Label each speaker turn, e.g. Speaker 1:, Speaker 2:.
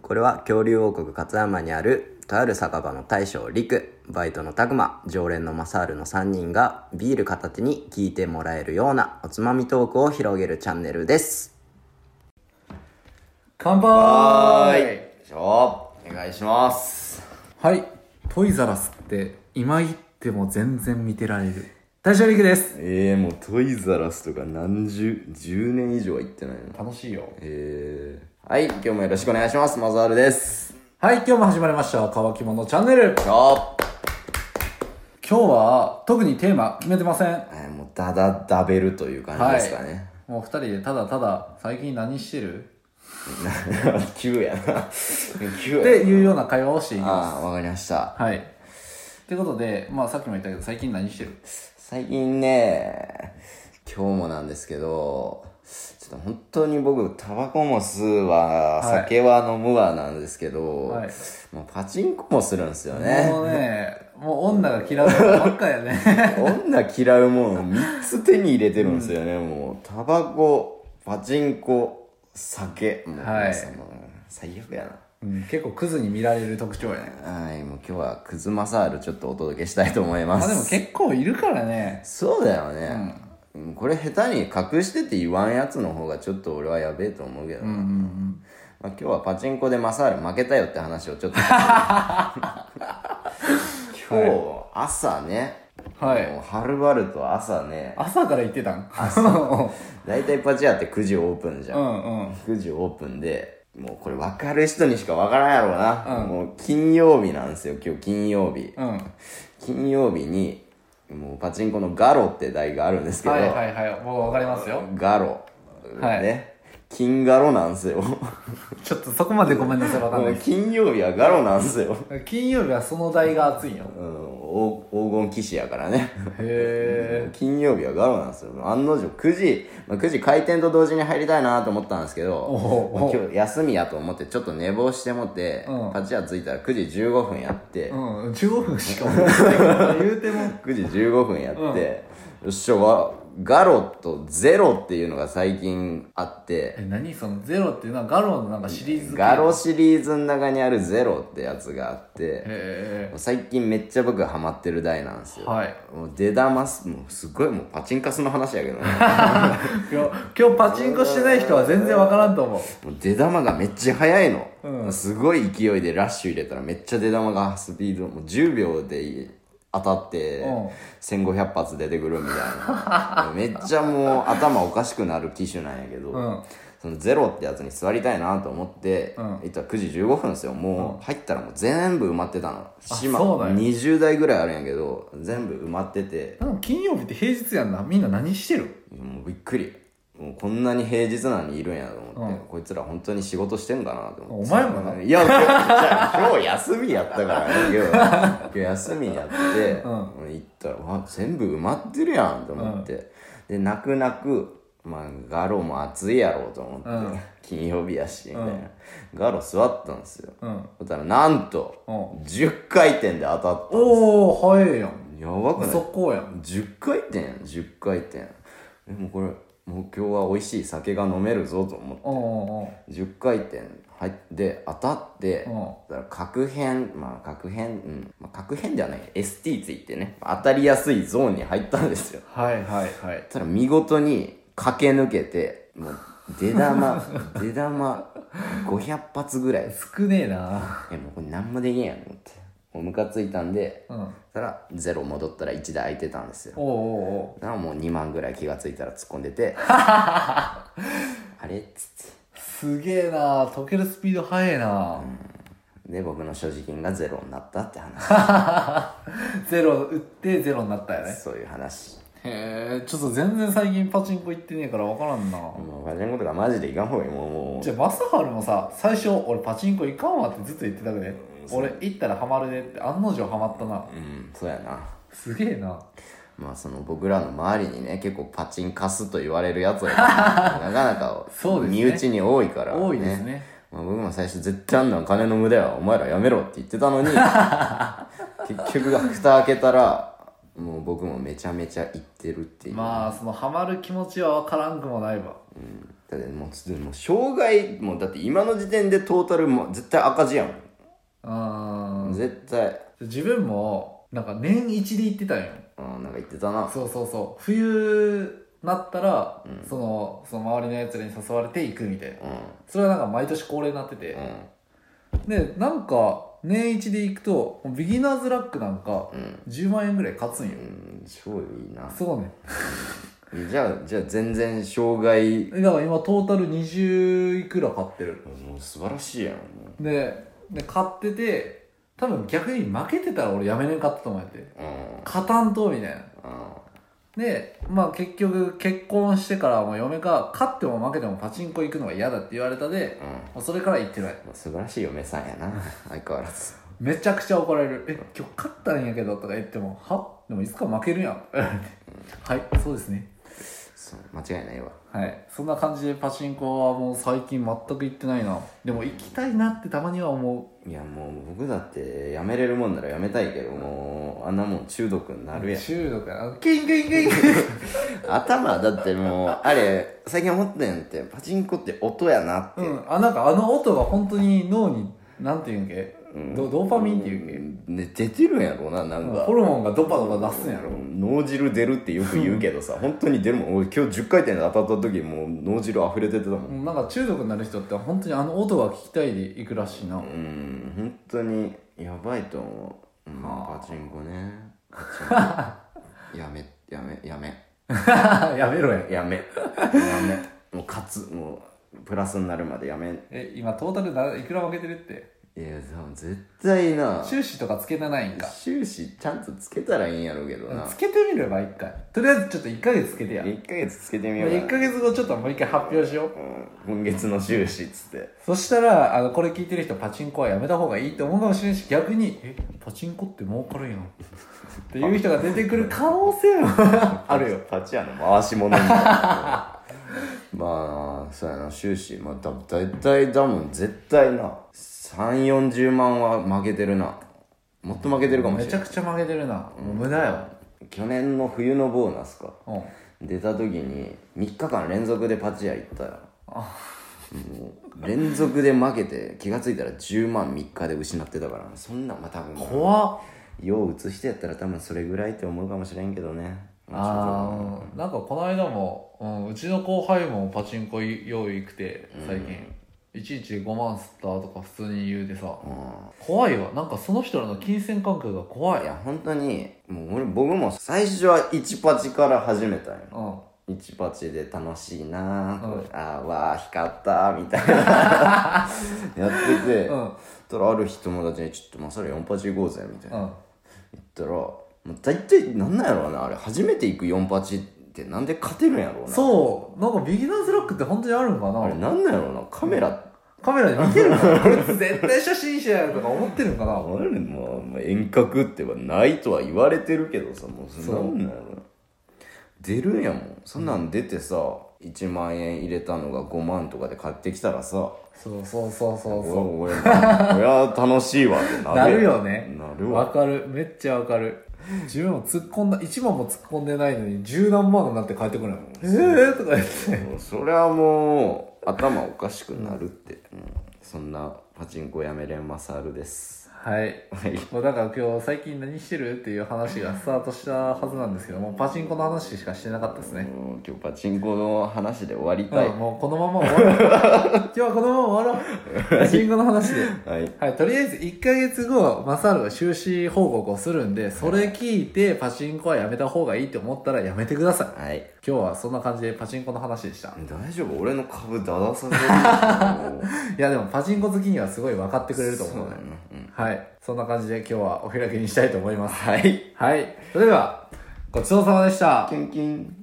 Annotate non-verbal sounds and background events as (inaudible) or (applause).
Speaker 1: これは恐竜王国勝山にあるとある酒場の大将陸バイトの拓磨常連のマサールの3人がビール片手に聞いてもらえるようなおつまみトークを広げるチャンネルです
Speaker 2: 乾
Speaker 3: は
Speaker 2: 杯
Speaker 3: ーい。じゃあ、お願いします。
Speaker 2: はい。トイザラスって、今行っても全然見てられる。大将リクです。
Speaker 3: えー、もうトイザラスとか何十、10年以上は行ってないの。
Speaker 2: 楽しいよ。
Speaker 3: えー、はい、今日もよろしくお願いします。マザールです。
Speaker 2: はい、今日も始まりました。乾き物チャンネル。
Speaker 3: じゃあ、
Speaker 2: 今日は、特にテーマ決めてません。
Speaker 3: えー、もうダダダベルという感じですかね。
Speaker 2: もう二人でただただ、最近何してる
Speaker 3: (laughs) 急やな。 (laughs) 急
Speaker 2: っ
Speaker 3: や
Speaker 2: て
Speaker 3: な。
Speaker 2: いうような会話をしていきま
Speaker 3: ああ、わかりました。
Speaker 2: す。はい。ってことで、まあさっきも言ったけど、最近何してる
Speaker 3: 最近ね、今日もなんですけど、ちょっと本当に僕、タバコも吸うわ、
Speaker 2: はい
Speaker 3: 酒は飲むわなんですけど、
Speaker 2: はい
Speaker 3: もうパチンコもするんですよね。
Speaker 2: もうね、もう女が嫌うことばっかやね。
Speaker 3: 女嫌うもん3つ手に入れてるんですよね、もうタバコパチンコ酒もう、
Speaker 2: はい
Speaker 3: その最悪や
Speaker 2: うん、 (laughs) 結構クズに見られる特徴やね。
Speaker 3: なはいもう今日はクズマサールちょっとお届けしたいと思いま
Speaker 2: ますあでも結構いるからね。
Speaker 3: そうだよね、うんこれ下手に隠してて言わんやつの方がちょっと俺はやべえと思うけどな、まあ、今日はパチンコでマサール負けたよって話をちょ
Speaker 2: (laughs)
Speaker 3: っと今日朝ね、
Speaker 2: はい。
Speaker 3: もうはるばると朝ね
Speaker 2: 朝から行ってたん (laughs)
Speaker 3: 大体パチ屋って9時オープンじゃ、
Speaker 2: うんんうん。
Speaker 3: 9時オープンでもうこれ分かる人にしか分からんやろうな、もう金曜日なんですよ今日金曜日、
Speaker 2: うん。
Speaker 3: 金曜日にもうパチンコのガロって台があるんですけど、
Speaker 2: はいはいはい。もうわかりますよ。
Speaker 3: ガロ、
Speaker 2: はい
Speaker 3: ね金ガロなんですよ
Speaker 2: ちょっとそこまでごめんなさい、わかん
Speaker 3: も
Speaker 2: な
Speaker 3: う
Speaker 2: い。
Speaker 3: 金曜日はガロなんですよ、
Speaker 2: 金曜日はその台が熱いんよ。
Speaker 3: うん、黄黄金騎士やからね
Speaker 2: (laughs) へ
Speaker 3: 金曜日はガロなんですよ案の定9時、まあ、9時開店と同時に入りたいなと思ったんですけど
Speaker 2: おう
Speaker 3: まあ今日休みやと思ってちょっと寝坊してもって、
Speaker 2: うん
Speaker 3: パチ屋着いたら9時15分やって、
Speaker 2: え。うん、15分しかもう言うても。
Speaker 3: 9時15分やって、よっしょわガロとゼロっていうのが最近あって
Speaker 2: え、何そのゼロっていうのはガロのなんかシリーズ系
Speaker 3: ガロ
Speaker 2: へ
Speaker 3: シリーズの中にあるゼロってやつがあって
Speaker 2: え。
Speaker 3: 最近めっちゃ僕ハマってる台なんですよ、
Speaker 2: はい。
Speaker 3: もう出玉すもうすごいもうパチンカスの話やけどね
Speaker 2: 今日、今日パチンコしてない人は全然わからんと思う。
Speaker 3: もう出玉がめっちゃ速いの、
Speaker 2: うん
Speaker 3: すごい勢いでラッシュ入れたらめっちゃ出玉がスピードもう10秒で当たって、
Speaker 2: うん
Speaker 3: 1500発出てくるみたい
Speaker 2: (laughs)
Speaker 3: なめっちゃもう頭おかしくなる機種なんやけど、
Speaker 2: うん
Speaker 3: そのゼロってやつに座りたいなと思って、
Speaker 2: うん
Speaker 3: 行ったら9時15分ですよもう入ったらもう全部埋まってたの島
Speaker 2: そうなんや
Speaker 3: 20台ぐらいあるんやけど全部埋まってて
Speaker 2: なんか金曜日って平日やんな。みんな何してる
Speaker 3: もうびっくりもうこんなに平日なのにいるんやと思って、
Speaker 2: うん
Speaker 3: こいつら本当に仕事してんかなと思って
Speaker 2: お前もない
Speaker 3: や今日じゃあ今日休みやったからね今
Speaker 2: (laughs)
Speaker 3: 日今日休みやって、
Speaker 2: うん
Speaker 3: 行ったらわ全部埋まってるやんと思って、で泣く泣くまあガロも暑いやろうと思って、
Speaker 2: うん
Speaker 3: 金曜日やしみたいな、
Speaker 2: うん
Speaker 3: ガロ座ったんですよ
Speaker 2: うん。
Speaker 3: そしたらなんと
Speaker 2: うん。
Speaker 3: 10回転で当たった
Speaker 2: おー、早いやん。
Speaker 3: やばくない
Speaker 2: そこやん。
Speaker 3: 10回転やん10回転えもうこれもう今日は美味しい酒が飲めるぞと思って
Speaker 2: おお
Speaker 3: 10回転入って当たって
Speaker 2: うん
Speaker 3: だから角変まあ角変うん、まあ、角変ではない ST ついてね当たりやすいゾーンに入ったんですよ
Speaker 2: はいはいはい。
Speaker 3: ただ見事に駆け抜けてもう出玉
Speaker 2: (laughs)
Speaker 3: 出玉500発ぐらい
Speaker 2: 少ねえな
Speaker 3: えもうこれ何もできんやんと思ってもうムカついたんで
Speaker 2: うん。おう
Speaker 3: たらゼロ戻ったら1台空いてたんですよ
Speaker 2: おうおう
Speaker 3: なもう2万ぐらい気がついたら突っ込んで
Speaker 2: (laughs)
Speaker 3: てあれっつっ
Speaker 2: すげえな溶けるスピード速えな、
Speaker 3: てで僕の所持金がゼロになったって話
Speaker 2: ゼロ打ってゼロになったよね。
Speaker 3: そういう話
Speaker 2: へえ、ちょっと全然最近パチンコ行ってねえから分からんな。
Speaker 3: もうパチンコとかマジでいかんほうがいいもうも
Speaker 2: じ
Speaker 3: う
Speaker 2: ゃあ、マサハルもさ、最初、俺パチンコ行かんわってずっと言ってたけどね。俺行ったらハマるねって、案の定ハマったな。
Speaker 3: うんそうやな
Speaker 2: すげえな。
Speaker 3: まあその僕らの周りにね結構パチンカスと言われる
Speaker 2: (laughs)
Speaker 3: やつがなかなか
Speaker 2: そうですね
Speaker 3: 身内に多いから、
Speaker 2: 多いですね。
Speaker 3: まあ、僕も最初絶対あんなん金の無駄やお前らやめろって言ってた
Speaker 2: (laughs)
Speaker 3: のに結局蓋開けたらもう僕もめちゃめちゃ行ってるっていう
Speaker 2: まあ、そのハマる気持ちは分からんくもないわ。
Speaker 3: だってもうつもう障害もうだって今の時点でトータルもう絶対赤字やも
Speaker 2: あ
Speaker 3: ん絶対
Speaker 2: 自分もなんか年一で行ってたんよ
Speaker 3: うんなんか言ってたな
Speaker 2: そうそうそう冬なったら、そのその周りのやつらに誘われて行くみたいな
Speaker 3: うん
Speaker 2: それはなんか毎年恒例になってて、
Speaker 3: うん
Speaker 2: でなんか年一で行くとビギナーズラックなんか
Speaker 3: うん
Speaker 2: 10万円ぐらい勝つんよ、
Speaker 3: うん超いいな
Speaker 2: そうね
Speaker 3: じゃあじゃあ全然障害
Speaker 2: だから今トータル20いくら買ってる
Speaker 3: もう素晴らしいやんも
Speaker 2: でで買ってて多分逆に負けてたら俺やめねんかったと思うやって
Speaker 3: ううん
Speaker 2: 勝たんとみたいなでまあ結局結婚してからもう嫁が勝っても負けてもパチンコ行くのが嫌だって言われたで
Speaker 3: うんうん
Speaker 2: もうそれから行ってない
Speaker 3: まあ素晴らしい嫁さんやな相変わらず
Speaker 2: めちゃくちゃ怒られる「え今日勝ったんやけど」とか言っても「はでもいつか負けるやん」 (laughs) はいそうですね
Speaker 3: そう間違いないわ
Speaker 2: はいそんな感じでパチンコはもう最近全く行ってないなでも行きたいなってたまには思
Speaker 3: いやもう僕だってやめれるもんならやめたいけどもうあんなもん中毒にな
Speaker 2: う
Speaker 3: るやん
Speaker 2: 中毒やなキンキンキンキン
Speaker 3: 頭だってもうあれ最近思ってんってパチンコって音やなって、
Speaker 2: うんあなんかあの音が本当に脳になんていうんけ、ドドーパミンっていうけ、
Speaker 3: ね、出てるんやろななんか、
Speaker 2: ホルモンがドバドバ出すんやろ、
Speaker 3: 脳汁出るってよく言うけどさ本当に出るもん俺今日10回転で当たった時もう脳汁溢れててたもん
Speaker 2: うんなんか中毒になる人って本当にあの音が聞きたいで行くらしいな、
Speaker 3: うん本当にやばいと思う、うんパチンコね (laughs) パチンコやめやめやめ
Speaker 2: (laughs) やめろや
Speaker 3: やめやめもう勝つもうプラスになるまでやめ
Speaker 2: (laughs) え今トータルないくら負けてるって
Speaker 3: いや多分絶対な
Speaker 2: 収支とかつけてないんか
Speaker 3: 収支ちゃんとつけたらいいんやろうけどな
Speaker 2: つけてみれば一回とりあえずちょっと1ヶ月つけてや、
Speaker 3: 1ヶ月つけてみようかな
Speaker 2: 1ヶ月後ちょっともう一回発表しよ
Speaker 3: う
Speaker 2: う、
Speaker 3: ん今月の収支っつって
Speaker 2: そしたらあのこれ聞いてる人パチンコはやめた方がいいって思うかもしれんし逆にえパチンコって儲かるんやんっていう人が出てくる可能性もあるよ
Speaker 3: パチ屋の回し物みたいな (laughs) まあそうやな終始まあだ大体だもん絶対な3 4 0万は負けてるなもっと負けてるかも
Speaker 2: め
Speaker 3: しれ
Speaker 2: ちゃ
Speaker 3: ない
Speaker 2: くちゃ負けてるな、もう無駄よ、
Speaker 3: 去年の冬のボーナスか
Speaker 2: うん、
Speaker 3: 出た時に3日間連続でパチ屋行ったよもう連続で負けて気が付いたら10万3日で失ってたからそんなんまあ多分
Speaker 2: 怖っ
Speaker 3: よう移してやったら多分それぐらいって思うかもしれんけどね
Speaker 2: あーなんかこの間も、うん、うちの後輩もパチンコ用意行くて最近、いちいち5万吸ったとか普通に言うてさ、怖いわなんかその人らの金銭感覚が怖い
Speaker 3: いや本当にもう俺僕も最初は1パチから始めたんよ
Speaker 2: うん
Speaker 3: 1パチで楽しいなあ、
Speaker 2: うん
Speaker 3: あーわあ光ったみた
Speaker 2: (laughs)
Speaker 3: いなやってて、
Speaker 2: うん
Speaker 3: たらある日友達に「ちょっとまあそれ4パチ行こうぜ」みたいな、
Speaker 2: うん
Speaker 3: 言ったらもう大体なんなんやろうなあれ初めて行く4パチってなんで勝てるんやろうな
Speaker 2: そうなんかビギナーズラックって本当にあるんか
Speaker 3: あれ
Speaker 2: な
Speaker 3: なんなんやろうなカメラ
Speaker 2: カメラで見てるのかな (laughs) これ絶対初心者やとか思ってるんかな
Speaker 3: あれもうまあ遠隔ってはないとは言われてるけどさもうそ
Speaker 2: そうん
Speaker 3: なんやろ出るんやもんそんなん出てさ、1万円入れたのが5万とかで買ってきたらさ
Speaker 2: そうそうそうそうそ
Speaker 3: お俺これは楽しいわって
Speaker 2: う
Speaker 3: な
Speaker 2: な
Speaker 3: る
Speaker 2: るよね
Speaker 3: なる
Speaker 2: わ
Speaker 3: わ
Speaker 2: かるめっちゃわかる自分も突っ込んだ1万も突っ込んでないのに十何万になって帰ってくるのえーとか言って
Speaker 3: もうそりゃもう頭おかしくなるって、うんそんなパチンコやめれんマサールです
Speaker 2: はい
Speaker 3: はい
Speaker 2: もうだから今日最近何してるっていう話がスタートしたはずなんですけどもパチンコの話しかしてなかったですね、
Speaker 3: もう今日パチンコの話で終わりた
Speaker 2: は
Speaker 3: い、
Speaker 2: い、もうこのまま終わろう (laughs) 今日はこのまま終わろうパチンコの話で
Speaker 3: はい
Speaker 2: はい、とりあえず1ヶ月後、マサールが収支報告をするんで、それ聞いてパチンコはやめた方がいいって思ったらやめてください。
Speaker 3: はい
Speaker 2: 今日はそんな感じでパチンコの話でした。い
Speaker 3: 大丈夫俺の株だだ下げるもう
Speaker 2: や、でもパチンコ好きにはすごい分かってくれると思うね。はい、そんな感じで今日はお開きにしたいと思います。
Speaker 3: はい。
Speaker 2: はい、それでは、ごちそうさまでした。
Speaker 3: キンキン。